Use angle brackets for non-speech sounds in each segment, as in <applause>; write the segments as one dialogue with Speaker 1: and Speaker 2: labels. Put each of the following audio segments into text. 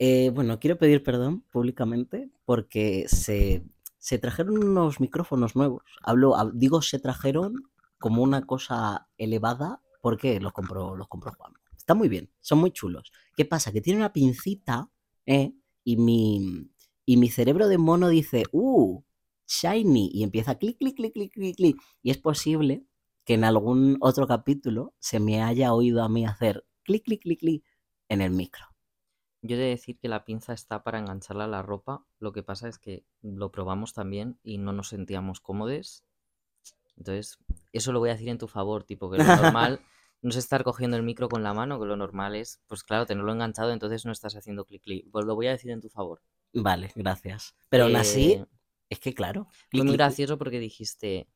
Speaker 1: Eh, bueno, quiero pedir perdón públicamente porque se, se trajeron unos micrófonos nuevos. Hablo, hab- digo se trajeron como una cosa elevada porque los compró, los compró Juan. Está muy bien, son muy chulos. ¿Qué pasa? Que tiene una pincita ¿eh? y, mi, y mi cerebro de mono dice, ¡uh! Shiny. Y empieza a clic, clic, clic, clic, clic, clic. Y es posible que en algún otro capítulo se me haya oído a mí hacer clic, clic, clic, clic en el micro.
Speaker 2: Yo he de decir que la pinza está para engancharla a la ropa. Lo que pasa es que lo probamos también y no nos sentíamos cómodos. Entonces, eso lo voy a decir en tu favor, tipo
Speaker 1: <laughs>
Speaker 2: que lo normal no es estar cogiendo el micro con la mano, que lo normal es, pues claro, tenerlo enganchado, entonces no estás haciendo clic clic. Pues lo voy a decir en tu favor.
Speaker 1: Vale, gracias. Pero aún
Speaker 2: Eh,
Speaker 1: así, es que claro.
Speaker 2: Fue
Speaker 1: clic,
Speaker 2: muy
Speaker 1: clic, clic.
Speaker 2: gracioso porque dijiste,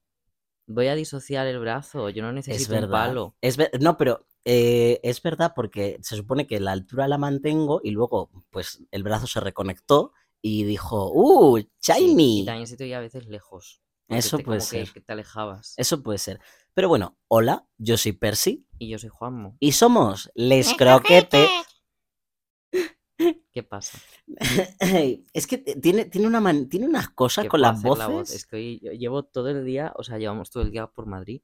Speaker 2: voy a disociar el brazo, yo no
Speaker 1: Es
Speaker 2: necesito un
Speaker 1: verdad.
Speaker 2: palo.
Speaker 1: Es ver- No, pero eh, es verdad porque se supone que la altura la mantengo y luego, pues, el brazo se reconectó y dijo, ¡Uh!
Speaker 2: Sí, y
Speaker 1: ¡Shiny!
Speaker 2: también se te oía a veces lejos. porque
Speaker 1: Eso
Speaker 2: te-
Speaker 1: puede
Speaker 2: como que-
Speaker 1: ser.
Speaker 2: que te alejabas.
Speaker 1: Eso puede ser. Pero bueno, hola, yo soy Percy
Speaker 2: Y yo soy Juanmo.
Speaker 1: y somos Les Croquetes.
Speaker 2: ¿Qué pasa?
Speaker 1: <laughs> es que te- tiene, tiene, una man- tiene unas cosas
Speaker 2: que
Speaker 1: con
Speaker 2: puedo
Speaker 1: las
Speaker 2: hacer
Speaker 1: voces.
Speaker 2: la voz. Es que hoy llevo todo el día, o sea, llevamos todo el día por Madrid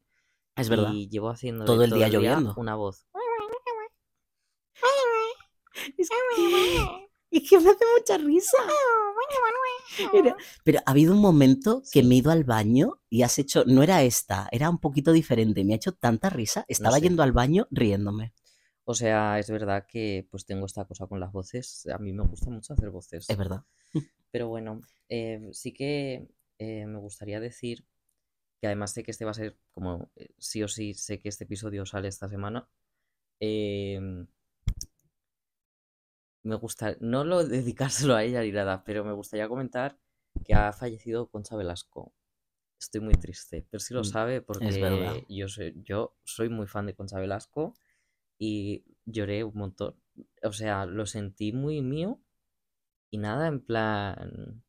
Speaker 1: es verdad.
Speaker 2: y llevo haciendo
Speaker 1: Todo el día lloviendo.
Speaker 2: una voz.
Speaker 1: Es, es que me hace mucha risa. Era- pero ha habido un momento que me he ido al baño y has hecho, no era esta, era un poquito diferente. Me ha hecho tanta risa. Estaba
Speaker 2: sé.
Speaker 1: yendo al baño riéndome.
Speaker 2: O sea, es verdad que pues tengo esta cosa con las voces. A mí me gusta mucho hacer voces.
Speaker 1: Es verdad.
Speaker 2: Pero bueno, eh, sí que eh, me gustaría decir que además sé que este va a ser, como eh, sí o sí, sé que este episodio sale esta semana. em, me gusta, no lo <laughs> dedicárselo a ella ni nada, pero me gustaría comentar que ha fallecido Concha Velasco. Estoy muy triste, pero sí lo
Speaker 1: Mm,
Speaker 2: sabe porque
Speaker 1: verdad.
Speaker 2: yo soy, yo soy muy fan de Concha Velasco y lloré un montón. O sea, lo sentí muy mío y nada, en plan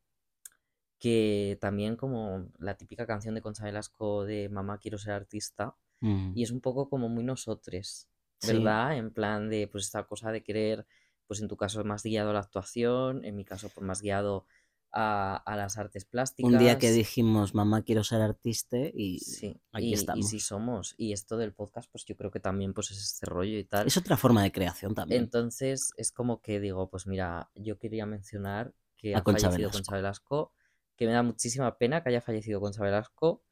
Speaker 2: que también como la típica canción de Concha Velasco de Mamá quiero ser artista
Speaker 1: Mm,
Speaker 2: y es un poco como muy nosotres,
Speaker 1: sí.
Speaker 2: ¿verdad? En plan de pues esta cosa de querer, pues en tu caso más guiado a la actuación, en mi caso pues más guiado a, a las artes plásticas.
Speaker 1: Un día que dijimos, mamá, quiero ser artista y
Speaker 2: Sí,
Speaker 1: aquí
Speaker 2: y, y
Speaker 1: estamos.
Speaker 2: sí somos. Y esto del podcast pues yo creo que también pues es este rollo y tal.
Speaker 1: Es otra forma de creación también.
Speaker 2: Entonces es como que digo, pues mira, yo quería mencionar que
Speaker 1: A
Speaker 2: ha
Speaker 1: Concha
Speaker 2: fallecido Concha Velasco, que me da muchísima pena que haya fallecido Concha Velasco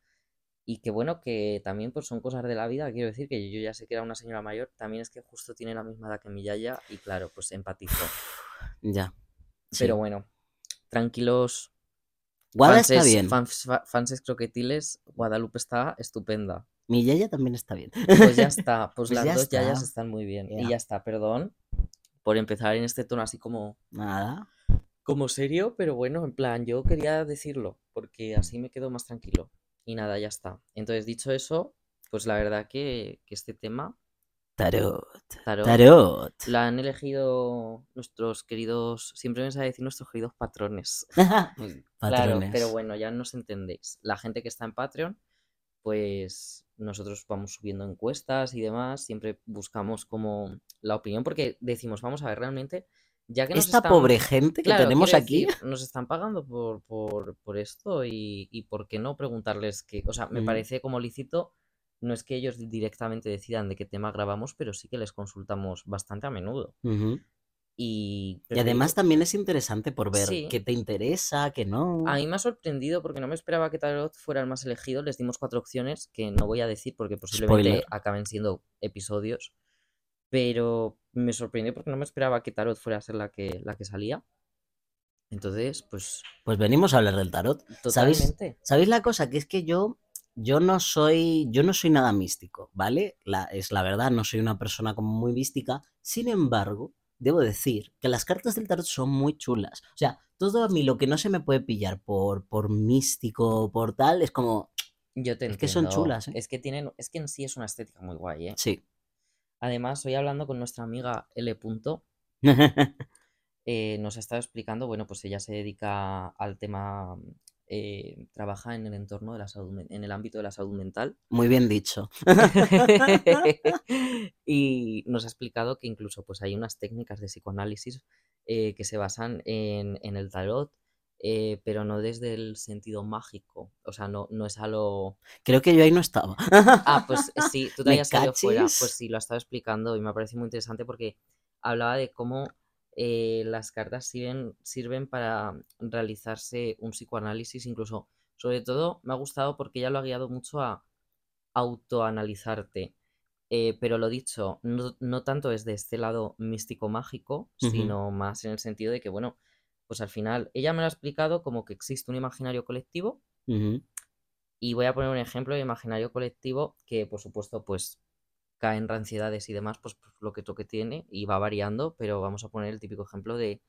Speaker 2: y que bueno, que también pues son cosas de la vida, quiero decir que yo ya sé que era una señora mayor, también es que justo tiene la misma edad que mi yaya y claro, pues empatizo.
Speaker 1: ya. sí.
Speaker 2: Pero bueno, tranquilos.
Speaker 1: Guada está
Speaker 2: fanses-
Speaker 1: bien.
Speaker 2: fans- fa- fanses croquetiles, Guadalupe está estupenda.
Speaker 1: Mi yaya también está bien. <laughs>
Speaker 2: Pues ya está, pues,
Speaker 1: Pues
Speaker 2: las
Speaker 1: ya
Speaker 2: dos yayas
Speaker 1: está.
Speaker 2: están muy bien.
Speaker 1: Ya.
Speaker 2: Y ya está, perdón por empezar en este tono así como
Speaker 1: Nada.
Speaker 2: como serio, pero bueno, en plan, yo quería decirlo, porque así me quedo más tranquilo. Y nada, ya está. Entonces, dicho eso, pues la verdad que, que este tema,
Speaker 1: Tarot.
Speaker 2: tarot,
Speaker 1: Tarot. <laughs>
Speaker 2: la han elegido nuestros queridos, siempre me sale decir nuestros queridos patrones.
Speaker 1: Pues,
Speaker 2: Claro,
Speaker 1: Patrones.
Speaker 2: pero bueno, ya nos entendéis. La gente que está en Patreon, pues nosotros vamos subiendo encuestas y demás, siempre buscamos como la opinión, porque decimos, vamos a ver, realmente, ya que nos
Speaker 1: Esta
Speaker 2: están-
Speaker 1: pobre gente que
Speaker 2: Claro,
Speaker 1: tenemos
Speaker 2: quiero
Speaker 1: aquí.
Speaker 2: decir, nos están pagando por, por, por esto y, y por qué no preguntarles que, o sea, me
Speaker 1: Mm.
Speaker 2: parece como lícito, no es que ellos directamente decidan de qué tema grabamos, pero sí que les consultamos bastante a menudo.
Speaker 1: Ujú.
Speaker 2: Y,
Speaker 1: Y
Speaker 2: pero te
Speaker 1: además
Speaker 2: digo,
Speaker 1: también es interesante por ver
Speaker 2: Sí.
Speaker 1: qué te interesa, qué no.
Speaker 2: a mí me ha sorprendido porque no me esperaba que Tarot fuera el más elegido, les dimos cuatro opciones que no voy a decir porque posiblemente
Speaker 1: Spoiler.
Speaker 2: acaben siendo episodios, pero me sorprendió porque no me esperaba que Tarot fuera a ser la que, la que salía. Entonces, pues
Speaker 1: Pues venimos a hablar del tarot. ¿Sabéis?
Speaker 2: totalmente.
Speaker 1: ¿Sabéis la cosa? Que es que yo, yo no soy, yo no soy nada místico, ¿vale? La, es la verdad, no soy una persona como muy mística. Sin embargo, debo decir que las cartas del tarot son muy chulas. O sea, todo a mí lo que no se me puede pillar por, por místico, por tal, es como,
Speaker 2: Yo te
Speaker 1: Es que son
Speaker 2: entiendo.
Speaker 1: chulas, ¿eh?
Speaker 2: Es que tienen, es que en sí es una estética muy guay, ¿eh?
Speaker 1: sí. <laughs>
Speaker 2: Además, hoy hablando con nuestra amiga L. Punto, eh, nos ha estado explicando, bueno, pues ella se dedica al tema, eh, trabaja en el entorno de la salud, men- en el ámbito de la salud mental. <laughs>
Speaker 1: muy bien dicho.
Speaker 2: y nos ha explicado que incluso pues hay unas técnicas de psicoanálisis eh, que se basan en, en el tarot, eh, pero no desde el sentido mágico. O sea, no, no es a lo.
Speaker 1: Creo que yo ahí no estaba. <laughs>
Speaker 2: Ah, pues sí, tú te
Speaker 1: ¿Me
Speaker 2: habías salido fuera.
Speaker 1: cachis?
Speaker 2: Pues sí, lo estaba explicando y me ha parecido muy interesante porque hablaba de cómo eh, las cartas sirven, sirven para realizarse un psicoanálisis, incluso. Sobre todo me ha gustado porque ella lo ha guiado mucho a autoanalizarte. Eh, pero lo dicho, no, no tanto desde este lado místico-mágico,
Speaker 1: Ujú.
Speaker 2: sino más en el sentido de que, bueno, pues al final ella me lo ha explicado como que existe un imaginario colectivo
Speaker 1: Ujú,
Speaker 2: y voy a poner un ejemplo de imaginario colectivo que, por supuesto, pues caen ansiedades y demás, pues, pues, lo que toque tiene y va variando, pero vamos a poner el típico ejemplo de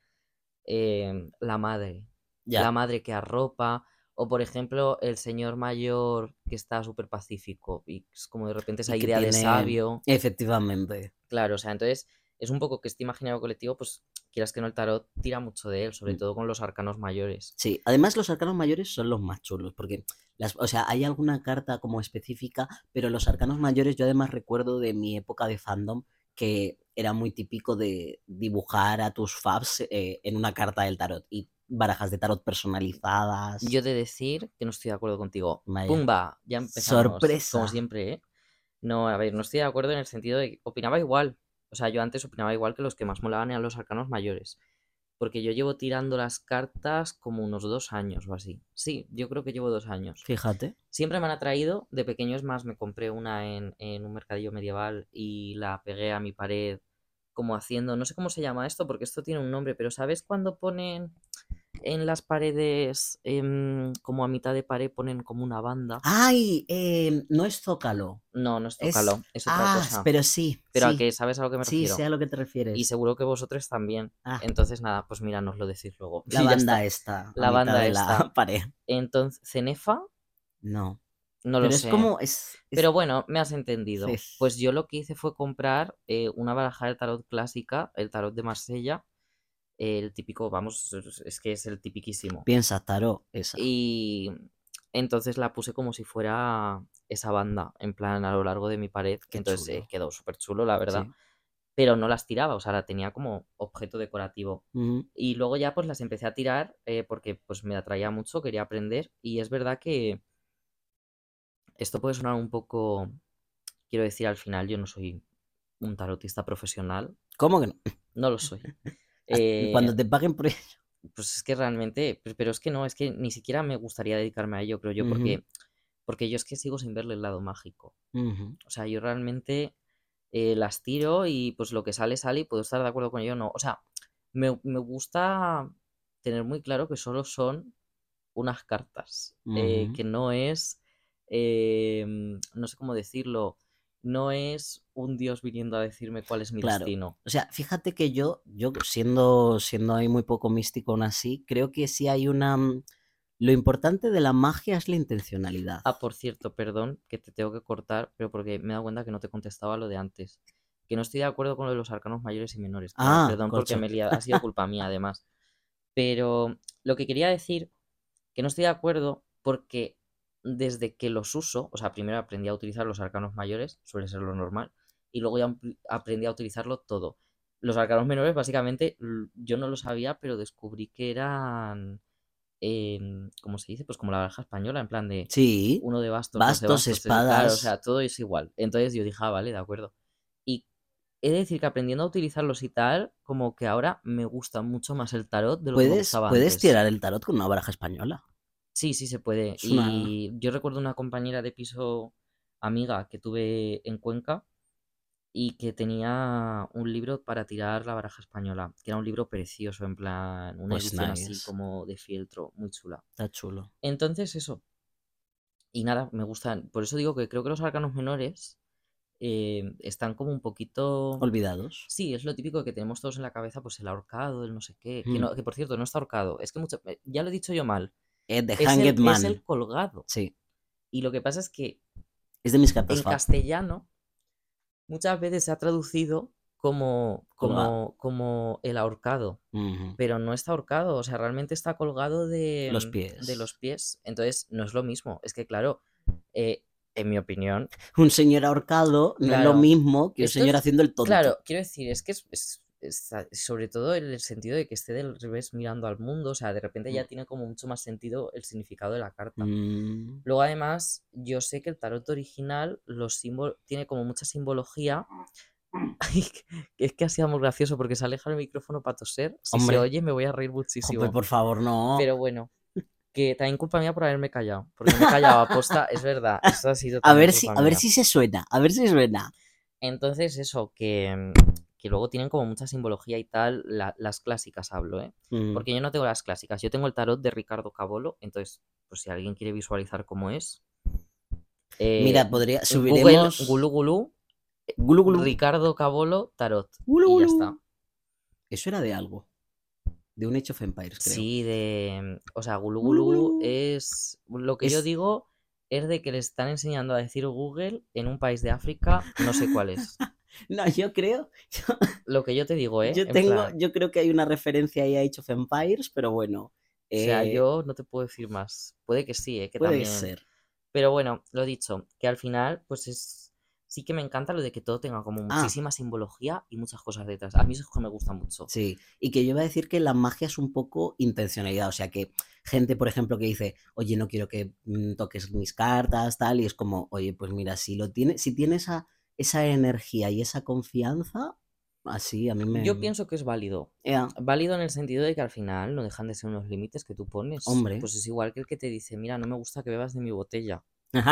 Speaker 2: em, la madre.
Speaker 1: Ya.
Speaker 2: La madre que arropa, o por ejemplo, el señor mayor que está súper pacífico y es como de repente esa
Speaker 1: Y que
Speaker 2: idea de
Speaker 1: tiene-
Speaker 2: sabio.
Speaker 1: Efectivamente.
Speaker 2: Claro, o sea, entonces es un poco que este imaginario colectivo, pues quieras que no, el tarot tira mucho de él, sobre
Speaker 1: Mm.
Speaker 2: todo con los arcanos mayores.
Speaker 1: Sí, además los arcanos mayores son los más chulos, porque las, o sea, hay alguna carta como específica, pero los arcanos mayores yo además recuerdo de mi época de fandom que era muy típico de dibujar a tus faves eh, en una carta del tarot y barajas de tarot personalizadas.
Speaker 2: Yo he de decir que no estoy de acuerdo contigo.
Speaker 1: Vaya.
Speaker 2: ¡Pumba! Ya empezamos.
Speaker 1: Sorpresa.
Speaker 2: Como siempre, ¿eh? No, a ver, no estoy de acuerdo en el sentido de que opinaba igual. O sea, yo antes opinaba igual que los que más molaban eran los arcanos mayores. Porque yo llevo tirando las cartas como unos dos años o así. Sí, yo creo que llevo dos años.
Speaker 1: Fíjate.
Speaker 2: Siempre me han atraído. De pequeño es más, me compré una en, en un mercadillo medieval y la pegué a mi pared como haciendo, no sé cómo se llama esto, porque esto tiene un nombre, pero ¿sabes cuando ponen en las paredes, em, como a mitad de pared, ponen como una banda?
Speaker 1: ¡Ay! eh, no es Zócalo.
Speaker 2: No, no es
Speaker 1: Es-
Speaker 2: tócalo, es, otra
Speaker 1: Ah,
Speaker 2: cosa. Pero,
Speaker 1: pero sí.
Speaker 2: a
Speaker 1: sí,
Speaker 2: que sabes a lo que me
Speaker 1: sí,
Speaker 2: refiero.
Speaker 1: sé a lo que te refieres.
Speaker 2: Y seguro que vosotros también.
Speaker 1: Ah,
Speaker 2: Entonces, nada, pues mira, nos lo decís luego.
Speaker 1: la
Speaker 2: Y ya
Speaker 1: banda
Speaker 2: está.
Speaker 1: esta.
Speaker 2: La
Speaker 1: a mitad
Speaker 2: banda
Speaker 1: de la
Speaker 2: esta.
Speaker 1: <laughs> pared.
Speaker 2: Entonces, Cenefa,
Speaker 1: No.
Speaker 2: no
Speaker 1: Pero
Speaker 2: lo
Speaker 1: es
Speaker 2: sé.
Speaker 1: como. Es, es-
Speaker 2: Pero bueno, me has entendido.
Speaker 1: Sí.
Speaker 2: Pues yo lo que hice fue comprar eh, una baraja de tarot clásica, el tarot de Marsella, el típico, vamos, es- es que es el tipiquísimo.
Speaker 1: Piensa, Tarot, esa.
Speaker 2: Y entonces la puse como si fuera esa banda, en plan a lo largo de mi pared.
Speaker 1: Qué
Speaker 2: entonces eh,
Speaker 1: chulo.
Speaker 2: quedó súper chulo, la verdad.
Speaker 1: Sí.
Speaker 2: Pero no las tiraba, o sea, la tenía como objeto decorativo.
Speaker 1: Ujú.
Speaker 2: Y luego ya pues las empecé a tirar eh, porque pues me atraía mucho, quería aprender. Y es verdad que esto puede sonar un poco, quiero decir, al final yo no soy un tarotista profesional,
Speaker 1: ¿Cómo que no?
Speaker 2: no
Speaker 1: <laughs>
Speaker 2: lo soy.
Speaker 1: Haz-
Speaker 2: Eh,
Speaker 1: Cuando te paguen por e-, ello.
Speaker 2: pues es que realmente, pe- pero es que no, es que ni siquiera me gustaría dedicarme a ello, creo yo,
Speaker 1: Ujú.
Speaker 2: porque, porque yo es que sigo sin verle el lado mágico.
Speaker 1: Ujú.
Speaker 2: O sea, yo realmente eh, las tiro y pues lo que sale, sale y puedo estar de acuerdo con ello o no. O sea, me, me gusta tener muy claro que solo son unas cartas, eh,
Speaker 1: Ujú.
Speaker 2: que no es, eh, mm, no sé cómo decirlo, no es un dios viniendo a decirme cuál es mi
Speaker 1: Claro.
Speaker 2: destino.
Speaker 1: <laughs> O sea, fíjate que yo, yo siendo, siendo ahí muy poco místico aún así, creo que sí hay una. mm, Lo importante de la magia es la intencionalidad.
Speaker 2: Ah, por cierto, perdón que te tengo que cortar, pero porque me he dado cuenta que no te contestaba lo de antes. Que no estoy de acuerdo con lo de los arcanos mayores y menores, claro.
Speaker 1: Ah,
Speaker 2: Perdón porque
Speaker 1: corcho.
Speaker 2: me he liado, ha sido culpa mía además. Pero lo que quería decir, que no estoy de acuerdo porque desde que los uso, o sea, primero aprendí a utilizar los arcanos mayores, suele ser lo normal, y luego ya ampl- aprendí a utilizarlo todo. Los arcanos menores, básicamente, l- yo no lo sabía, pero descubrí que eran, em, ¿cómo se dice? Pues como la baraja española, en plan de
Speaker 1: Sí.
Speaker 2: uno de bastos, dos de
Speaker 1: Bastos,
Speaker 2: bastos, tres de... Claro, o
Speaker 1: espadas.
Speaker 2: sea, todo es igual. Entonces yo dije, ah, vale, de acuerdo. Y he de decir que aprendiendo a utilizarlos y tal, como que ahora me gusta mucho más el tarot de lo que me
Speaker 1: Puedes,
Speaker 2: gustaba
Speaker 1: puedes
Speaker 2: antes.
Speaker 1: tirar el tarot con una baraja española.
Speaker 2: Sí, sí se puede.
Speaker 1: Es una.
Speaker 2: Y yo recuerdo una compañera de piso amiga que tuve en Cuenca y que tenía un libro para tirar la baraja española, que era un libro precioso, en plan, una
Speaker 1: Pues
Speaker 2: edición así
Speaker 1: nice.
Speaker 2: como de fieltro, muy chula.
Speaker 1: Está chulo.
Speaker 2: Entonces eso, y nada, me gustan. Por eso digo que creo que los arcanos menores eh, están como un poquito...
Speaker 1: Olvidados.
Speaker 2: Sí, es lo típico que tenemos todos en la cabeza, pues el ahorcado, el no sé qué, que,
Speaker 1: Mm.
Speaker 2: no, que por cierto no está ahorcado, es que mucho... eh, ya lo he dicho yo mal,
Speaker 1: Eh, The
Speaker 2: es
Speaker 1: Hanged
Speaker 2: el, es
Speaker 1: Man.
Speaker 2: el colgado.
Speaker 1: Sí.
Speaker 2: Y lo que pasa es que
Speaker 1: Es de mis cartas
Speaker 2: en
Speaker 1: favoritas.
Speaker 2: castellano muchas veces se ha traducido como,
Speaker 1: Colgado.
Speaker 2: como, como el ahorcado,
Speaker 1: Ujú.
Speaker 2: pero no está ahorcado, o sea, realmente está colgado
Speaker 1: Los
Speaker 2: de, mm, de los
Speaker 1: pies.
Speaker 2: pies. Entonces, no es lo mismo. Es que, claro, eh, en mi opinión,
Speaker 1: Un señor ahorcado no es lo
Speaker 2: claro,
Speaker 1: mismo que un
Speaker 2: esto
Speaker 1: señor
Speaker 2: es,
Speaker 1: haciendo el tonto.
Speaker 2: claro, quiero decir, es que es, es- está- sobre todo en el sentido de que esté del revés mirando al mundo, o sea, de repente ya
Speaker 1: Mm.
Speaker 2: tiene como mucho más sentido el significado de la carta.
Speaker 1: Mm,
Speaker 2: Luego además, yo sé que el tarot original los símbol- tiene como mucha simbología. <laughs> Ay, que es que ha sido muy gracioso porque se aleja el micrófono para toser. Si
Speaker 1: Hombre.
Speaker 2: se oye, me voy a reír muchísimo.
Speaker 1: Jope, por favor, no.
Speaker 2: Pero bueno, que también culpa mía por haberme callado. Porque me he callado
Speaker 1: <laughs>
Speaker 2: aposta, es verdad. Eso ha sido
Speaker 1: a
Speaker 2: también
Speaker 1: ver si,
Speaker 2: culpa
Speaker 1: a ver
Speaker 2: mía.
Speaker 1: si se suena, a ver si suena.
Speaker 2: Entonces, eso, que, mm, que luego tienen como mucha simbología y tal. la- las clásicas hablo, ¿eh?
Speaker 1: Mm,
Speaker 2: Porque yo no tengo las clásicas. Yo tengo el tarot de Ricardo Cabolo. Entonces, pues si alguien quiere visualizar cómo es. eh,
Speaker 1: Mira, podría
Speaker 2: Google,
Speaker 1: subiremos
Speaker 2: gulú, gulú,
Speaker 1: Gulu, gulu.
Speaker 2: Ricardo Cabolo, tarot.
Speaker 1: Gulu,
Speaker 2: y ya
Speaker 1: gulu.
Speaker 2: está.
Speaker 1: Eso era de algo. De un Age of Empires, creo.
Speaker 2: Sí, de. O sea, Gulú
Speaker 1: Gulú,
Speaker 2: Gulú
Speaker 1: gulú.
Speaker 2: es. Lo que yo
Speaker 1: Es-
Speaker 2: digo es de que le están enseñando a decir Google en un país de África, no sé cuál
Speaker 1: <laughs>
Speaker 2: es.
Speaker 1: <laughs> No, yo creo. Yo,
Speaker 2: Lo que yo te digo, ¿eh?
Speaker 1: yo
Speaker 2: En
Speaker 1: tengo,
Speaker 2: plan,
Speaker 1: yo creo que hay una referencia ahí a Age of Empires, pero bueno.
Speaker 2: O sea,
Speaker 1: eh,
Speaker 2: yo no te puedo decir más. Puede que sí, ¿eh? Que
Speaker 1: puede
Speaker 2: también.
Speaker 1: ser.
Speaker 2: Pero bueno, lo dicho, que al final, pues es. Sí que me encanta lo de que todo tenga como
Speaker 1: Ah.
Speaker 2: muchísima simbología y muchas cosas detrás. A mí eso es que me gusta mucho.
Speaker 1: Sí, y que yo iba a decir que la magia es un poco intencionalidad, o sea que gente, por ejemplo, que dice, oye, no quiero que mm, toques mis cartas, tal, y es como, oye, pues mira, si lo tiene, si tiene esa, esa energía y esa confianza, así a mí me...
Speaker 2: Yo pienso que es válido.
Speaker 1: Ea,
Speaker 2: Válido en el sentido de que al final no dejan de ser unos límites que tú pones.
Speaker 1: Hombre.
Speaker 2: Pues es igual que el que te dice, mira, no me gusta que bebas de mi botella.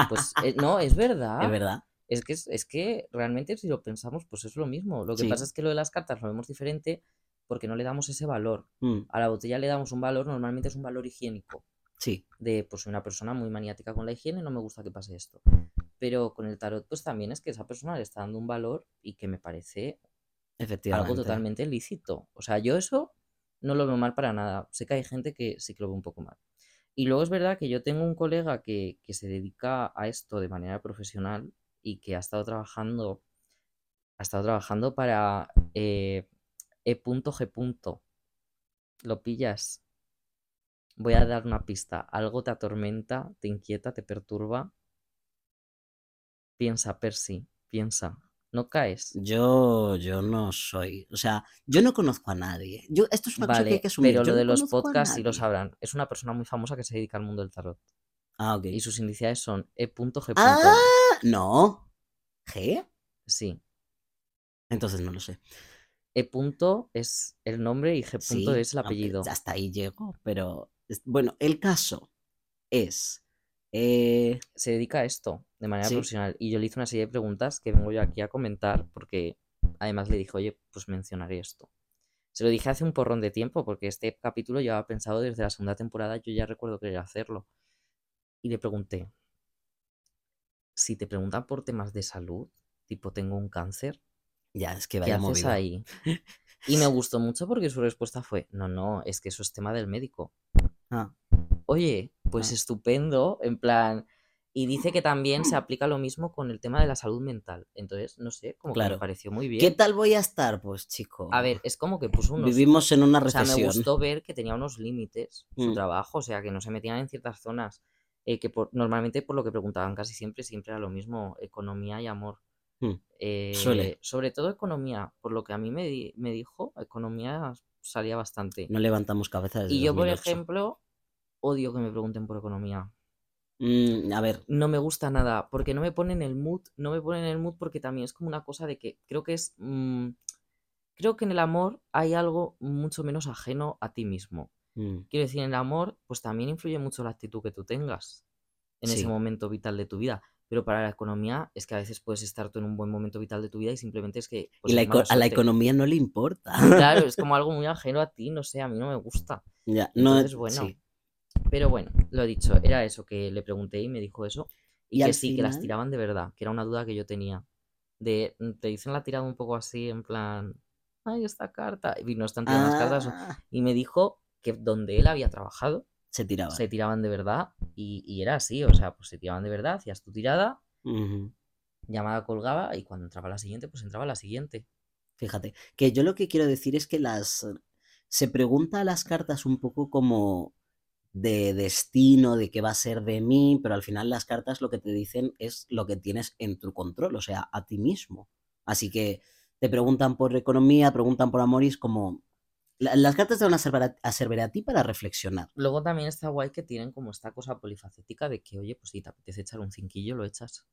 Speaker 2: Pues eh, no,
Speaker 1: <laughs>
Speaker 2: es
Speaker 1: es
Speaker 2: verdad.
Speaker 1: verdad.
Speaker 2: Es que, es, es que realmente si lo pensamos, pues es lo mismo. Lo que
Speaker 1: Sí.
Speaker 2: pasa es que lo de las cartas lo vemos diferente porque no le damos ese valor.
Speaker 1: Mm,
Speaker 2: A la botella le damos un valor, normalmente es un valor higiénico.
Speaker 1: sí,
Speaker 2: De, pues soy una persona muy maniática con la higiene, no me gusta que pase esto. Pero con el tarot, pues también es que esa persona le está dando un valor y que me parece
Speaker 1: efectivamente.
Speaker 2: algo totalmente lícito. O sea, yo eso no lo veo mal para nada. Sé que hay gente que sí que lo ve un poco mal. Y luego es verdad que yo tengo un colega que, que se dedica a esto de manera profesional y que ha estado trabajando, ha estado trabajando para eh, E.G. ¿Lo pillas? Voy a dar una pista. Algo te atormenta, te inquieta, te perturba. Piensa, Percy, piensa. No caes.
Speaker 1: Yo, yo no soy, o sea, yo no conozco a nadie. Yo, esto es una cosa que hay
Speaker 2: Vale,
Speaker 1: que asumir.
Speaker 2: pero
Speaker 1: yo
Speaker 2: lo de
Speaker 1: no
Speaker 2: los
Speaker 1: conozco a
Speaker 2: podcasts sí lo
Speaker 1: nadie.
Speaker 2: sabrán. Es una persona muy famosa que se dedica al mundo del tarot.
Speaker 1: Ah, ok.
Speaker 2: Y sus iniciales son E E.G.
Speaker 1: Ah, no. ¿G?
Speaker 2: Sí.
Speaker 1: Entonces no lo sé.
Speaker 2: E. punto es el nombre y G. punto
Speaker 1: Sí,
Speaker 2: es el
Speaker 1: aunque
Speaker 2: apellido.
Speaker 1: Hasta ahí llego, pero es- bueno, el caso es. eh,
Speaker 2: Se dedica a esto de manera
Speaker 1: Sí.
Speaker 2: profesional. Y yo le hice una serie de preguntas que vengo yo aquí a comentar porque además le dije, oye, pues mencionaré esto. Se lo dije hace un porrón de tiempo porque este capítulo llevaba pensado desde la segunda temporada, yo ya recuerdo querer hacerlo. Y le pregunté, si te preguntan por temas de salud, tipo tengo un cáncer,
Speaker 1: ya, es que
Speaker 2: ¿qué
Speaker 1: vaya
Speaker 2: haces
Speaker 1: movida. <laughs>
Speaker 2: ahí? Y me gustó mucho porque su respuesta fue, no, no, es que eso es tema del médico.
Speaker 1: Ah,
Speaker 2: Oye, pues
Speaker 1: Ah.
Speaker 2: estupendo, en plan... Y dice que
Speaker 1: <clears throat>
Speaker 2: también se aplica lo mismo con el tema de la salud mental. Entonces, no sé, como que
Speaker 1: Claro.
Speaker 2: me pareció muy
Speaker 1: ¿Qué
Speaker 2: bien.
Speaker 1: tal voy a estar? Pues, chico.
Speaker 2: A ver, es como que puso unos...
Speaker 1: vivimos en una
Speaker 2: O sea,
Speaker 1: recesión.
Speaker 2: me gustó ver que tenía unos límites su
Speaker 1: Mm.
Speaker 2: trabajo, o sea, que no se metían en ciertas zonas, eh, que por- normalmente por lo que preguntaban casi siempre, siempre era lo mismo, economía y amor.
Speaker 1: Mm. Suele.
Speaker 2: Eh, Sobre todo economía, por lo que a mí me, di- me dijo, economía salía bastante.
Speaker 1: No levantamos cabeza desde
Speaker 2: y yo, por
Speaker 1: 2008.
Speaker 2: ejemplo, odio que me pregunten por economía.
Speaker 1: Mm, a ver,
Speaker 2: No me gusta nada, porque no me ponen el mood, no me ponen el mood porque también es como una cosa de que creo que es... mm, creo que en el amor hay algo mucho menos ajeno a ti mismo.
Speaker 1: mm,
Speaker 2: Quiero decir, en el amor, pues también influye mucho la actitud que tú tengas en
Speaker 1: Sí.
Speaker 2: ese momento vital de tu vida. Pero para la economía es que a veces puedes estar tú en un buen momento vital de tu vida y simplemente es que... pues,
Speaker 1: y la
Speaker 2: hay
Speaker 1: eco-
Speaker 2: mala
Speaker 1: a la
Speaker 2: suerte.
Speaker 1: economía no le importa. <laughs>
Speaker 2: Claro, es como algo muy ajeno a ti, no sé, a mí no me gusta.
Speaker 1: ya, no,
Speaker 2: Entonces, bueno.
Speaker 1: sí.
Speaker 2: Pero bueno, lo dicho, era eso que le pregunté y me dijo eso. Y,
Speaker 1: Y
Speaker 2: que
Speaker 1: al
Speaker 2: sí, que las
Speaker 1: final-
Speaker 2: tiraban de verdad, que era una duda que yo tenía. De, mm, te dicen la tirada un poco así, en plan, ay, esta carta. Y no están tirando las cartas. o-
Speaker 1: Ah,
Speaker 2: Y me dijo que donde él había trabajado,
Speaker 1: se tiraba.
Speaker 2: se tiraban de verdad y, y era así, o sea, pues se tiraban de verdad, hacías tu tirada,
Speaker 1: Ujú.
Speaker 2: llamada colgaba y cuando entraba la siguiente, pues entraba la siguiente.
Speaker 1: Fíjate, que yo lo que quiero decir es que las eh, se pregunta a las cartas un poco como de destino, de qué va a ser de mí, pero al final las cartas lo que te dicen es lo que tienes en tu control, o sea, a ti mismo. Así que te preguntan por economía, preguntan por amor y es como... la- Las cartas te van a servir a, a servir a ti para reflexionar.
Speaker 2: Luego también está guay que tienen como esta cosa polifacética de que, oye, pues si te apetece echar un cinquillo, lo echas.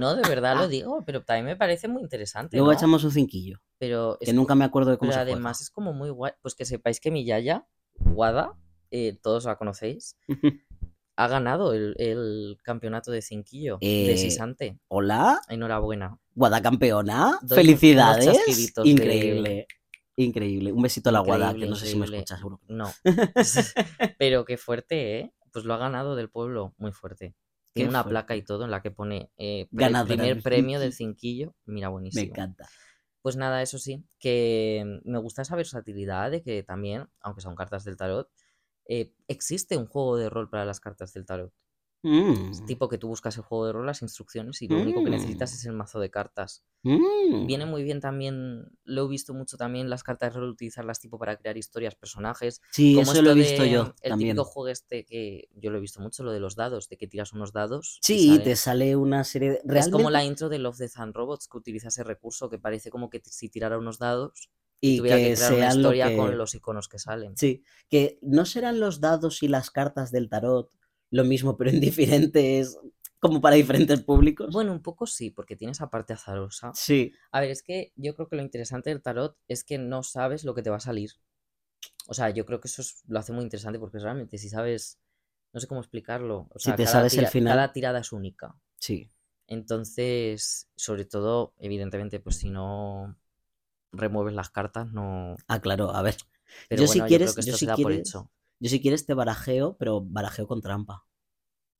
Speaker 2: No, de
Speaker 1: <laughs>
Speaker 2: verdad lo digo, pero también me parece muy interesante.
Speaker 1: Luego
Speaker 2: ¿no?
Speaker 1: echamos un cinquillo,
Speaker 2: Pero
Speaker 1: que
Speaker 2: es-
Speaker 1: nunca me acuerdo de cómo
Speaker 2: Pero
Speaker 1: se juega.
Speaker 2: además es como muy guay. Pues que sepáis que mi Yaya, Wada, eh, todos la conocéis,
Speaker 1: <laughs>
Speaker 2: ha ganado el, el campeonato de cinquillo
Speaker 1: Eh,
Speaker 2: de Sisante.
Speaker 1: Hola,
Speaker 2: Enhorabuena.
Speaker 1: Guada campeona,
Speaker 2: Doy unos
Speaker 1: felicidades.
Speaker 2: chasquiditos de-
Speaker 1: Increíble, increíble. Un besito a la Guada, que
Speaker 2: Increíble,
Speaker 1: no sé si me
Speaker 2: increíble.
Speaker 1: escuchas, seguro. <laughs>
Speaker 2: No. <laughs> Pero qué fuerte, ¿eh? Pues lo ha ganado del pueblo, muy fuerte.
Speaker 1: Qué
Speaker 2: Tiene una
Speaker 1: fuerte.
Speaker 2: placa y todo en la que pone eh, pre-
Speaker 1: Ganadora
Speaker 2: primer
Speaker 1: del <laughs>
Speaker 2: premio del cinquillo. Mira, buenísimo.
Speaker 1: Me encanta.
Speaker 2: Pues nada, eso sí, que mm, me gusta esa versatilidad de que también, aunque son cartas del tarot, eh, existe un juego de rol para las cartas del tarot.
Speaker 1: Mm,
Speaker 2: Es tipo que tú buscas el juego de rol, las instrucciones y lo único que necesitas
Speaker 1: Mm.
Speaker 2: es el mazo de cartas.
Speaker 1: mm.
Speaker 2: Viene muy bien también, lo he visto mucho también, las cartas de rol utilizarlas tipo para crear historias, personajes.
Speaker 1: Sí,
Speaker 2: como
Speaker 1: eso lo he
Speaker 2: esto
Speaker 1: visto
Speaker 2: de,
Speaker 1: yo
Speaker 2: El
Speaker 1: también.
Speaker 2: típico juego este que yo lo he visto mucho, lo de los dados, de que tiras unos dados. y
Speaker 1: Sí,
Speaker 2: salen.
Speaker 1: te sale una serie de...
Speaker 2: Es como la
Speaker 1: realmente-
Speaker 2: intro de Love, Death and Robots que utiliza ese recurso que parece como que t- si tirara unos dados
Speaker 1: y
Speaker 2: tuviera que,
Speaker 1: que
Speaker 2: crear una
Speaker 1: sean lo
Speaker 2: historia
Speaker 1: que...
Speaker 2: con los iconos que salen.
Speaker 1: Sí, que no serán los dados y las cartas del tarot lo mismo, pero <laughs> en diferentes... como para diferentes públicos.
Speaker 2: Bueno, un poco sí, porque tiene esa parte azarosa.
Speaker 1: sí,
Speaker 2: A ver, es que yo creo que lo interesante del tarot es que no sabes lo que te va a salir. O sea, yo creo que eso es- lo hace muy interesante porque realmente si sabes, no sé cómo explicarlo, o
Speaker 1: Si
Speaker 2: sea,
Speaker 1: te
Speaker 2: cada
Speaker 1: sabes el
Speaker 2: tira-
Speaker 1: final.
Speaker 2: cada tirada es única.
Speaker 1: sí.
Speaker 2: Entonces, sobre todo, evidentemente, pues si no remueves las cartas, no.
Speaker 1: Ah, claro, a ver.
Speaker 2: Pero
Speaker 1: Yo
Speaker 2: bueno,
Speaker 1: si
Speaker 2: yo
Speaker 1: quieres-
Speaker 2: creo que
Speaker 1: yo
Speaker 2: esto
Speaker 1: si
Speaker 2: se da por
Speaker 1: quieres-
Speaker 2: hecho.
Speaker 1: Yo si quieres te barajeo, pero barajeo con trampa.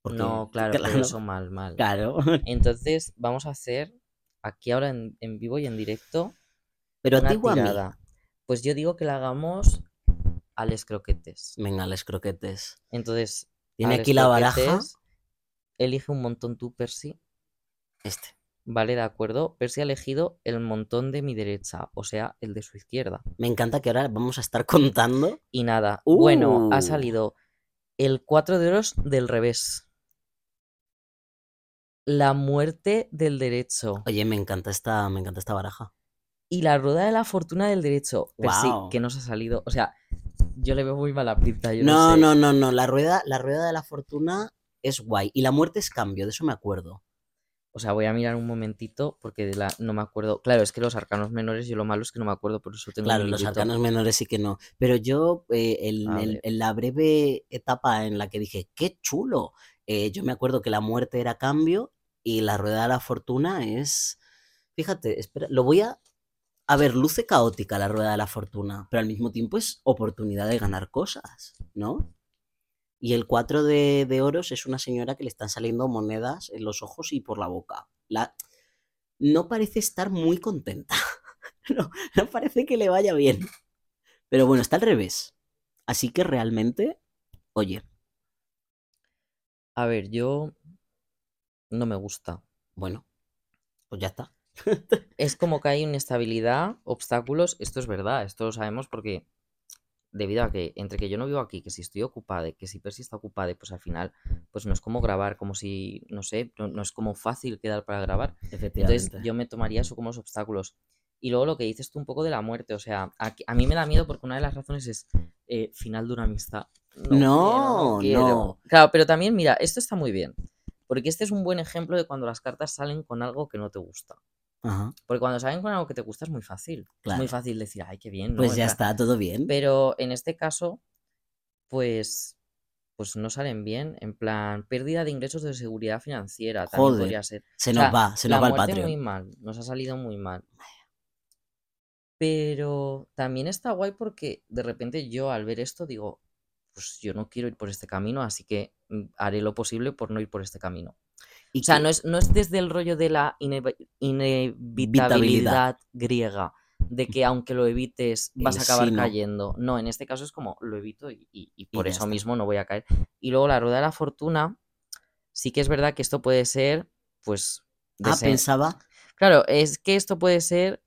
Speaker 1: Porque-
Speaker 2: No, claro, pero
Speaker 1: <laughs> claro,
Speaker 2: eso mal, mal.
Speaker 1: claro.
Speaker 2: Entonces, vamos a hacer aquí ahora en, en vivo y en directo
Speaker 1: Pero a
Speaker 2: una
Speaker 1: ti o a mí.
Speaker 2: tirada. Pues yo digo que la hagamos a les croquetes.
Speaker 1: Venga, les croquetes.
Speaker 2: Entonces, a
Speaker 1: Tiene
Speaker 2: les
Speaker 1: aquí la baraja.
Speaker 2: croquetes, Elige un montón tú, Percy.
Speaker 1: Este.
Speaker 2: Vale, de acuerdo. Percy ha elegido el montón de mi derecha, o sea, el de su izquierda.
Speaker 1: Me encanta que ahora vamos a estar <laughs> contando.
Speaker 2: Y nada. Bueno,
Speaker 1: Uh.
Speaker 2: ha salido el 4 de oros del revés. La muerte del derecho.
Speaker 1: Oye, me encanta esta, me encanta esta baraja.
Speaker 2: Y la rueda de la fortuna del derecho. Pero sí,
Speaker 1: Guau.
Speaker 2: que nos ha salido. O sea, yo le veo muy mala pinta. Yo
Speaker 1: No,
Speaker 2: sé.
Speaker 1: no, no, no. La rueda, la rueda de la fortuna es guay. Y la muerte es cambio, de eso me acuerdo.
Speaker 2: O sea, voy a mirar un momentito porque de la... no me acuerdo. Claro, es que los arcanos menores, yo lo malo es que no me acuerdo, por eso tengo. un
Speaker 1: Claro, los
Speaker 2: librito.
Speaker 1: arcanos menores sí que no. Pero yo, eh, en,
Speaker 2: A
Speaker 1: el-
Speaker 2: ver.
Speaker 1: en la breve etapa en la que dije, qué chulo, eh, yo me acuerdo que la muerte era cambio y la rueda de la fortuna es... Fíjate, espera, lo voy a... A ver, luce caótica la rueda de la fortuna, pero al mismo tiempo es oportunidad de ganar cosas, ¿no? Y el 4 de, de oros es una señora que le están saliendo monedas en los ojos y por la boca. La... No parece estar muy contenta. <laughs> No parece que le vaya bien. Pero bueno, está al revés. Así que realmente, oye,
Speaker 2: A ver, yo. No me gusta.
Speaker 1: bueno, pues ya está.
Speaker 2: Es como que hay inestabilidad, obstáculos. Esto es verdad, esto lo sabemos porque. Debido a que entre que yo no vivo aquí, que si estoy ocupada, que si Percy está ocupada, pues al final, pues no es como grabar, como si, no sé, no- no es como fácil quedar para grabar. Entonces
Speaker 1: Efectivamente.
Speaker 2: yo me tomaría eso como los obstáculos. Y luego lo que dices tú un poco de la muerte, o sea, aquí- a, mí me da miedo porque una de las razones es eh, final de una amistad.
Speaker 1: No,
Speaker 2: quiero,
Speaker 1: no.
Speaker 2: Claro, pero también mira, esto está muy bien, porque este es un buen ejemplo de cuando las cartas salen con algo que no te gusta.
Speaker 1: Ajá.
Speaker 2: Porque cuando salen con algo que te gusta es muy fácil. Es
Speaker 1: Claro.
Speaker 2: muy fácil decir, ay, qué bien. ¿no?
Speaker 1: Pues
Speaker 2: En
Speaker 1: ya
Speaker 2: plan,
Speaker 1: está, todo bien.
Speaker 2: pero en este caso, pues, pues no salen bien. En plan, pérdida de ingresos de seguridad financiera también
Speaker 1: Joder,
Speaker 2: podría ser.
Speaker 1: Se
Speaker 2: o
Speaker 1: nos
Speaker 2: sea,
Speaker 1: va, se
Speaker 2: la
Speaker 1: nos va el
Speaker 2: muerte
Speaker 1: Patreon.
Speaker 2: muy mal, nos ha salido
Speaker 1: <sighs>
Speaker 2: muy mal. Pero también está guay porque de repente yo al ver esto digo, pues yo no quiero ir por este camino, así que mm, haré lo posible por no ir por este camino.
Speaker 1: Y
Speaker 2: O sea,
Speaker 1: que-
Speaker 2: no es, no es desde el rollo de la ineva- inevitabilidad griega, de que aunque lo evites vas
Speaker 1: El
Speaker 2: a acabar
Speaker 1: sino.
Speaker 2: cayendo. No, en este caso es como lo evito y, y- y por
Speaker 1: ya
Speaker 2: eso
Speaker 1: está.
Speaker 2: mismo no voy a caer. Y luego la rueda de la fortuna, sí que es verdad que esto puede ser, pues...
Speaker 1: Ah,
Speaker 2: desen-
Speaker 1: pensaba.
Speaker 2: Claro, es que esto puede ser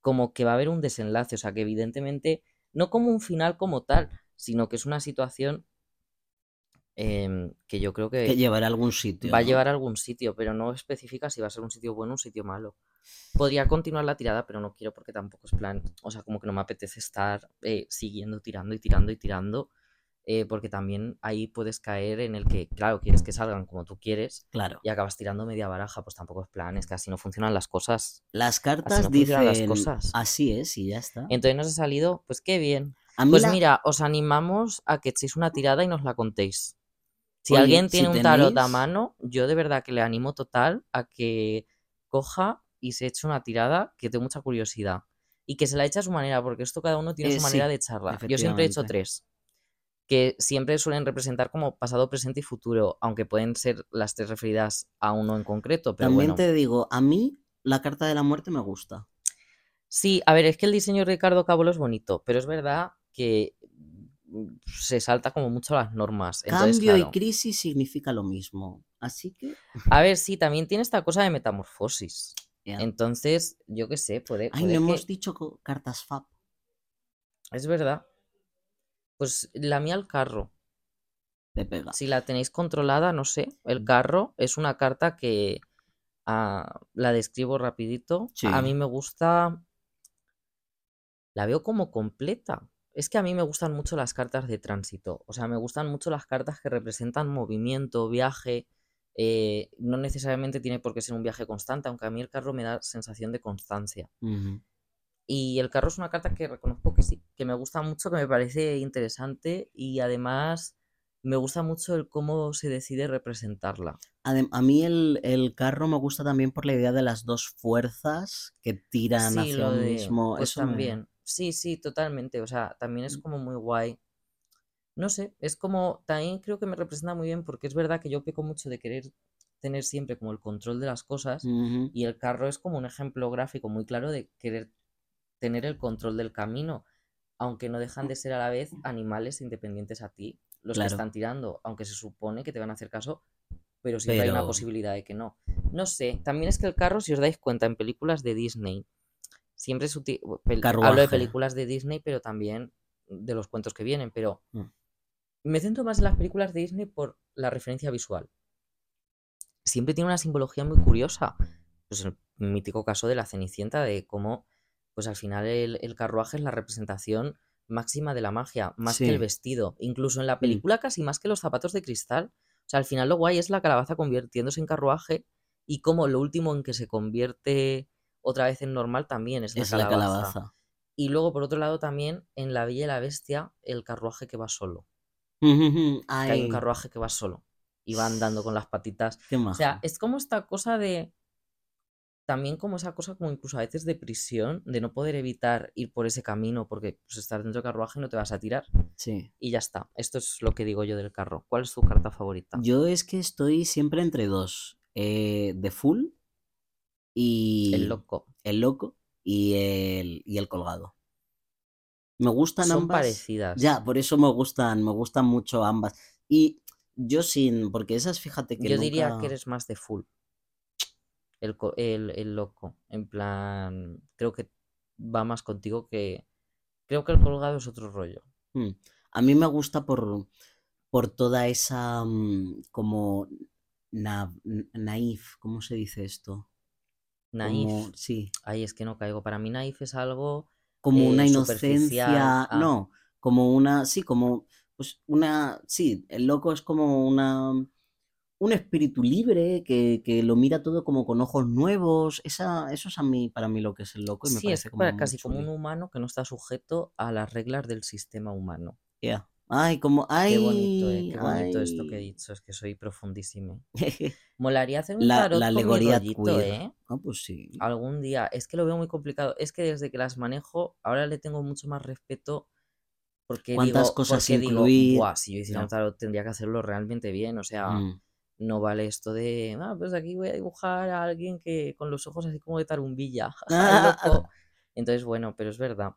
Speaker 2: como que va a haber un desenlace, o sea, que evidentemente no como un final como tal, sino que es una situación em, que yo creo
Speaker 1: Que
Speaker 2: que
Speaker 1: llevará a algún sitio.
Speaker 2: va a
Speaker 1: ¿no?
Speaker 2: llevar a algún sitio, pero no especifica si va a ser un sitio bueno o un sitio malo. Podría continuar la tirada, pero no quiero porque tampoco es plan, o sea, como que no me apetece estar eh, siguiendo, tirando y tirando y tirando, eh, porque también ahí puedes caer en el que, claro, quieres que salgan como tú quieres
Speaker 1: Claro.
Speaker 2: y acabas tirando media baraja, pues tampoco es plan, es que así no funcionan las cosas.
Speaker 1: Las cartas
Speaker 2: no
Speaker 1: dicen
Speaker 2: funcionan las cosas.
Speaker 1: así es y ya está.
Speaker 2: Entonces nos ha salido, pues qué bien.
Speaker 1: A mí
Speaker 2: Pues
Speaker 1: la-
Speaker 2: mira, os animamos a que echéis una tirada y nos la contéis. Si
Speaker 1: Oye,
Speaker 2: alguien
Speaker 1: si
Speaker 2: tiene un tarot a
Speaker 1: tenéis-
Speaker 2: mano, yo de verdad que le animo total a que coja y se eche una tirada que tengo mucha curiosidad. Y que se la eche a su manera, porque esto cada uno tiene
Speaker 1: Eh,
Speaker 2: su manera
Speaker 1: sí,
Speaker 2: de echarla. Yo siempre he hecho
Speaker 1: efectivamente.
Speaker 2: tres, que siempre suelen representar como pasado, presente y futuro, aunque pueden ser las tres referidas a uno en concreto. Pero
Speaker 1: también
Speaker 2: bueno.
Speaker 1: te digo, a mí la carta de la muerte me gusta.
Speaker 2: Sí, a ver, es que el diseño de Ricardo Cabolo es bonito, pero es verdad que mm, se salta como mucho las normas. Entonces,
Speaker 1: Cambio
Speaker 2: claro.
Speaker 1: y crisis significa lo mismo. Así que.
Speaker 2: A ver, sí, también tiene esta cosa de metamorfosis.
Speaker 1: ya.
Speaker 2: Entonces, yo qué sé, puede,
Speaker 1: Ay,
Speaker 2: puede
Speaker 1: no
Speaker 2: pues que-
Speaker 1: hemos dicho co- cartas FAP.
Speaker 2: Es verdad. Pues la mía al carro.
Speaker 1: Te pega.
Speaker 2: Si la tenéis controlada, no sé. El carro es una carta que ah, la describo rapidito. A
Speaker 1: Sí.
Speaker 2: mí me gusta... La veo como completa. Es que a mí me gustan mucho las cartas de tránsito. O sea, me gustan mucho las cartas que representan movimiento, viaje. eh, no necesariamente tiene por qué ser un viaje constante, aunque a mí el carro me da sensación de constancia.
Speaker 1: Ujú.
Speaker 2: Y el carro es una carta que reconozco que sí, que me gusta mucho, que me parece interesante y además me gusta mucho el cómo se decide representarla.
Speaker 1: Adem- a mí el, el carro me gusta también por la idea de las dos fuerzas que tiran
Speaker 2: Sí,
Speaker 1: hacia
Speaker 2: lo
Speaker 1: un
Speaker 2: de-
Speaker 1: mismo.
Speaker 2: Pues
Speaker 1: Eso me- Mm.
Speaker 2: también. Sí, sí, totalmente. O sea, también es como muy guay. No sé, es como. También creo que me representa muy bien porque es verdad que yo peco mucho de querer tener siempre como el control de las cosas
Speaker 1: Ujú.
Speaker 2: y el carro es como un ejemplo gráfico muy claro de querer tener el control del camino, aunque no dejan de ser a la vez animales independientes a ti, los
Speaker 1: Claro.
Speaker 2: que están tirando, aunque se supone que te van a hacer caso, pero siempre hay una
Speaker 1: Pero-
Speaker 2: posibilidad de que no. No sé, también es que el carro, si os dais cuenta, en películas de Disney, siempre se uti- bu- pel- Hablo
Speaker 1: Carruaje.
Speaker 2: de películas de Disney, pero también de los cuentos que vienen, pero
Speaker 1: Mm.
Speaker 2: me centro más en las películas de Disney por la referencia visual. Siempre tiene una simbología muy curiosa. Pues el mítico caso de la Cenicienta, de cómo, pues al final el, el carruaje es la representación máxima de la magia, más que
Speaker 1: Sí. Mm.
Speaker 2: el vestido. Incluso en la película casi más que los zapatos de cristal. O sea, al final lo guay es la calabaza convirtiéndose en carruaje y como lo último en que se convierte otra vez en normal también es la
Speaker 1: es la
Speaker 2: calabaza.
Speaker 1: calabaza.
Speaker 2: Y luego, por otro lado, también en La Bella y la Bestia, el carruaje que va solo.
Speaker 1: Ujujujú.
Speaker 2: Que hay
Speaker 1: Ay,
Speaker 2: un carruaje que va solo y va andando con las patitas.
Speaker 1: qué
Speaker 2: O sea,
Speaker 1: majo.
Speaker 2: es como esta cosa de. También como esa cosa, como incluso a veces de prisión, de no poder evitar ir por ese camino porque pues, estás dentro del carruaje y no te vas a tirar.
Speaker 1: Sí.
Speaker 2: Y ya está. Esto es lo que digo yo del carro. ¿Cuál es tu carta favorita?
Speaker 1: Yo es que estoy siempre entre dos. eh, The Full y
Speaker 2: El loco.
Speaker 1: el loco y el, y el colgado. Me gustan
Speaker 2: Son
Speaker 1: ambas.
Speaker 2: parecidas.
Speaker 1: Ya, por eso me gustan, me gustan mucho ambas. Y yo sin, porque esas, fíjate que
Speaker 2: Yo diría
Speaker 1: nunca-
Speaker 2: que eres más de full. El, co- el- el loco. En plan, creo que va más contigo que. Creo que el colgado es otro rollo.
Speaker 1: Mm. A mí me gusta por, por toda esa mm, como na- n- naif, ¿cómo se dice esto?
Speaker 2: Naif.
Speaker 1: Como, sí,
Speaker 2: Ay, es que no caigo. Para mí, naif es algo.
Speaker 1: como una
Speaker 2: eh, superficial,
Speaker 1: inocencia,
Speaker 2: ah.
Speaker 1: no, como una, sí, como, pues una, sí, el loco es como una, un espíritu libre que, que lo mira todo como con ojos nuevos, esa, eso es a mí, para mí lo que es el loco y pues, me
Speaker 2: Sí, es
Speaker 1: parece
Speaker 2: que
Speaker 1: como
Speaker 2: para-
Speaker 1: muy
Speaker 2: casi como
Speaker 1: chuli.
Speaker 2: un humano que no está sujeto a las reglas del sistema humano.
Speaker 1: Yeah. Ay, como, ay,
Speaker 2: Qué bonito, eh, qué bonito esto que he
Speaker 1: ay.
Speaker 2: dicho, es que soy profundísimo. Molaría hacer un
Speaker 1: La,
Speaker 2: tarot
Speaker 1: la
Speaker 2: con mi
Speaker 1: alegoría
Speaker 2: rollito,
Speaker 1: queer.
Speaker 2: ¿eh?
Speaker 1: <laughs> Ah, pues sí.
Speaker 2: Algún día, es que lo veo muy complicado, es que desde que las manejo ahora le tengo mucho más respeto porque
Speaker 1: ¿Cuántas
Speaker 2: digo,
Speaker 1: cosas
Speaker 2: porque digo,
Speaker 1: incluir?
Speaker 2: "Buah, si yo hiciera
Speaker 1: Ya.
Speaker 2: un tarot tendría que hacerlo realmente bien, o sea,
Speaker 1: Mm,
Speaker 2: no vale esto de, ah, pues aquí voy a dibujar a alguien que con los ojos así como de tarumbilla, <laughs> jaja,
Speaker 1: <laughs>
Speaker 2: el loco. Entonces, bueno, pero es verdad.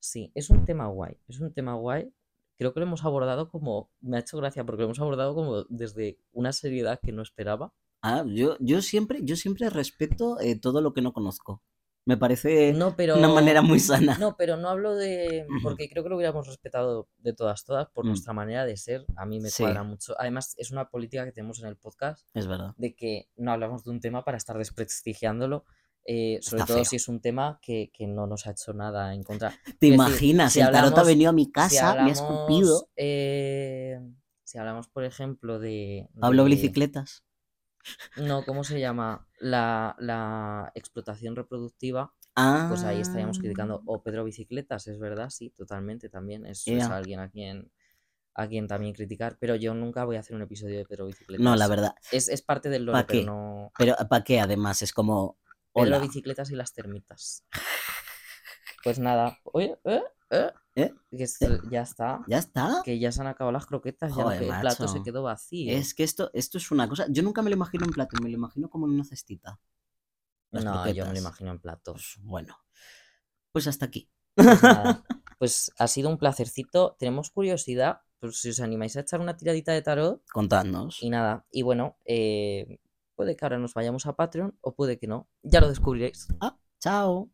Speaker 2: Sí, es un tema guay, es un tema guay. Creo que lo hemos abordado como, me ha hecho gracia porque lo hemos abordado como desde una seriedad que no esperaba.
Speaker 1: Ah, yo, yo siempre, yo siempre respeto eh, todo lo que no conozco. Me parece
Speaker 2: No, pero...
Speaker 1: una manera muy sana.
Speaker 2: No, pero no
Speaker 1: <laughs>
Speaker 2: hablo de... Porque creo que lo hubiéramos respetado de todas, todas, por
Speaker 1: Mm.
Speaker 2: nuestra manera de ser. A mí me
Speaker 1: Sí.
Speaker 2: cuadra mucho. Además, es una política que tenemos en el podcast
Speaker 1: Es verdad.
Speaker 2: de que no hablamos de un tema para estar desprestigiándolo. eh, sobre
Speaker 1: Está
Speaker 2: todo
Speaker 1: feo.
Speaker 2: si es un tema que, que no nos ha hecho nada en contra.
Speaker 1: ¿Te
Speaker 2: decir,
Speaker 1: imaginas?
Speaker 2: si
Speaker 1: el tarot ha
Speaker 2: hablamos-
Speaker 1: venido a mi
Speaker 2: si
Speaker 1: casa, me ha escupido.
Speaker 2: hablamos, eh, si hablamos, por ejemplo, de.
Speaker 1: Hablo
Speaker 2: de-
Speaker 1: bicicletas.
Speaker 2: No, ¿cómo se llama? La, la explotación reproductiva,
Speaker 1: Ah,
Speaker 2: pues ahí estaríamos criticando. O Pedro Bicicletas, es verdad, sí, totalmente también. Es, es
Speaker 1: Ea.
Speaker 2: alguien a quien, a quien también criticar. Pero yo nunca voy a hacer un episodio de Pedro Bicicletas.
Speaker 1: No, la verdad.
Speaker 2: Es, es parte del lore,
Speaker 1: ¿Pa'
Speaker 2: pero
Speaker 1: qué?
Speaker 2: no.
Speaker 1: Pero ¿para qué? Además, es como.
Speaker 2: Pedro
Speaker 1: Hola.
Speaker 2: Bicicletas y las termitas. Pues nada. Oye, ¿eh? ¿eh?
Speaker 1: ¿Eh?
Speaker 2: Que esto ya está.
Speaker 1: ¿Ya está?
Speaker 2: que ya se han acabado las croquetas, ya lo
Speaker 1: Joder,
Speaker 2: que- el plato se
Speaker 1: macho.
Speaker 2: quedó vacío.
Speaker 1: Es que esto, esto es una cosa. Yo nunca me lo imagino en plato, me lo imagino como en una cestita. Las
Speaker 2: no, yo me
Speaker 1: croquetas.
Speaker 2: lo imagino en platos.
Speaker 1: Pues, bueno. Pues hasta aquí.
Speaker 2: Pues, nada, pues ha sido un placercito. Tenemos curiosidad, pues si os animáis a echar una tiradita de tarot
Speaker 1: Contadnos.
Speaker 2: y nada. Y bueno, eh, puede que ahora nos vayamos a Patreon o puede que no. Ya lo descubriréis.
Speaker 1: Ah, chao.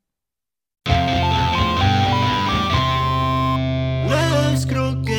Speaker 3: Las croquetas.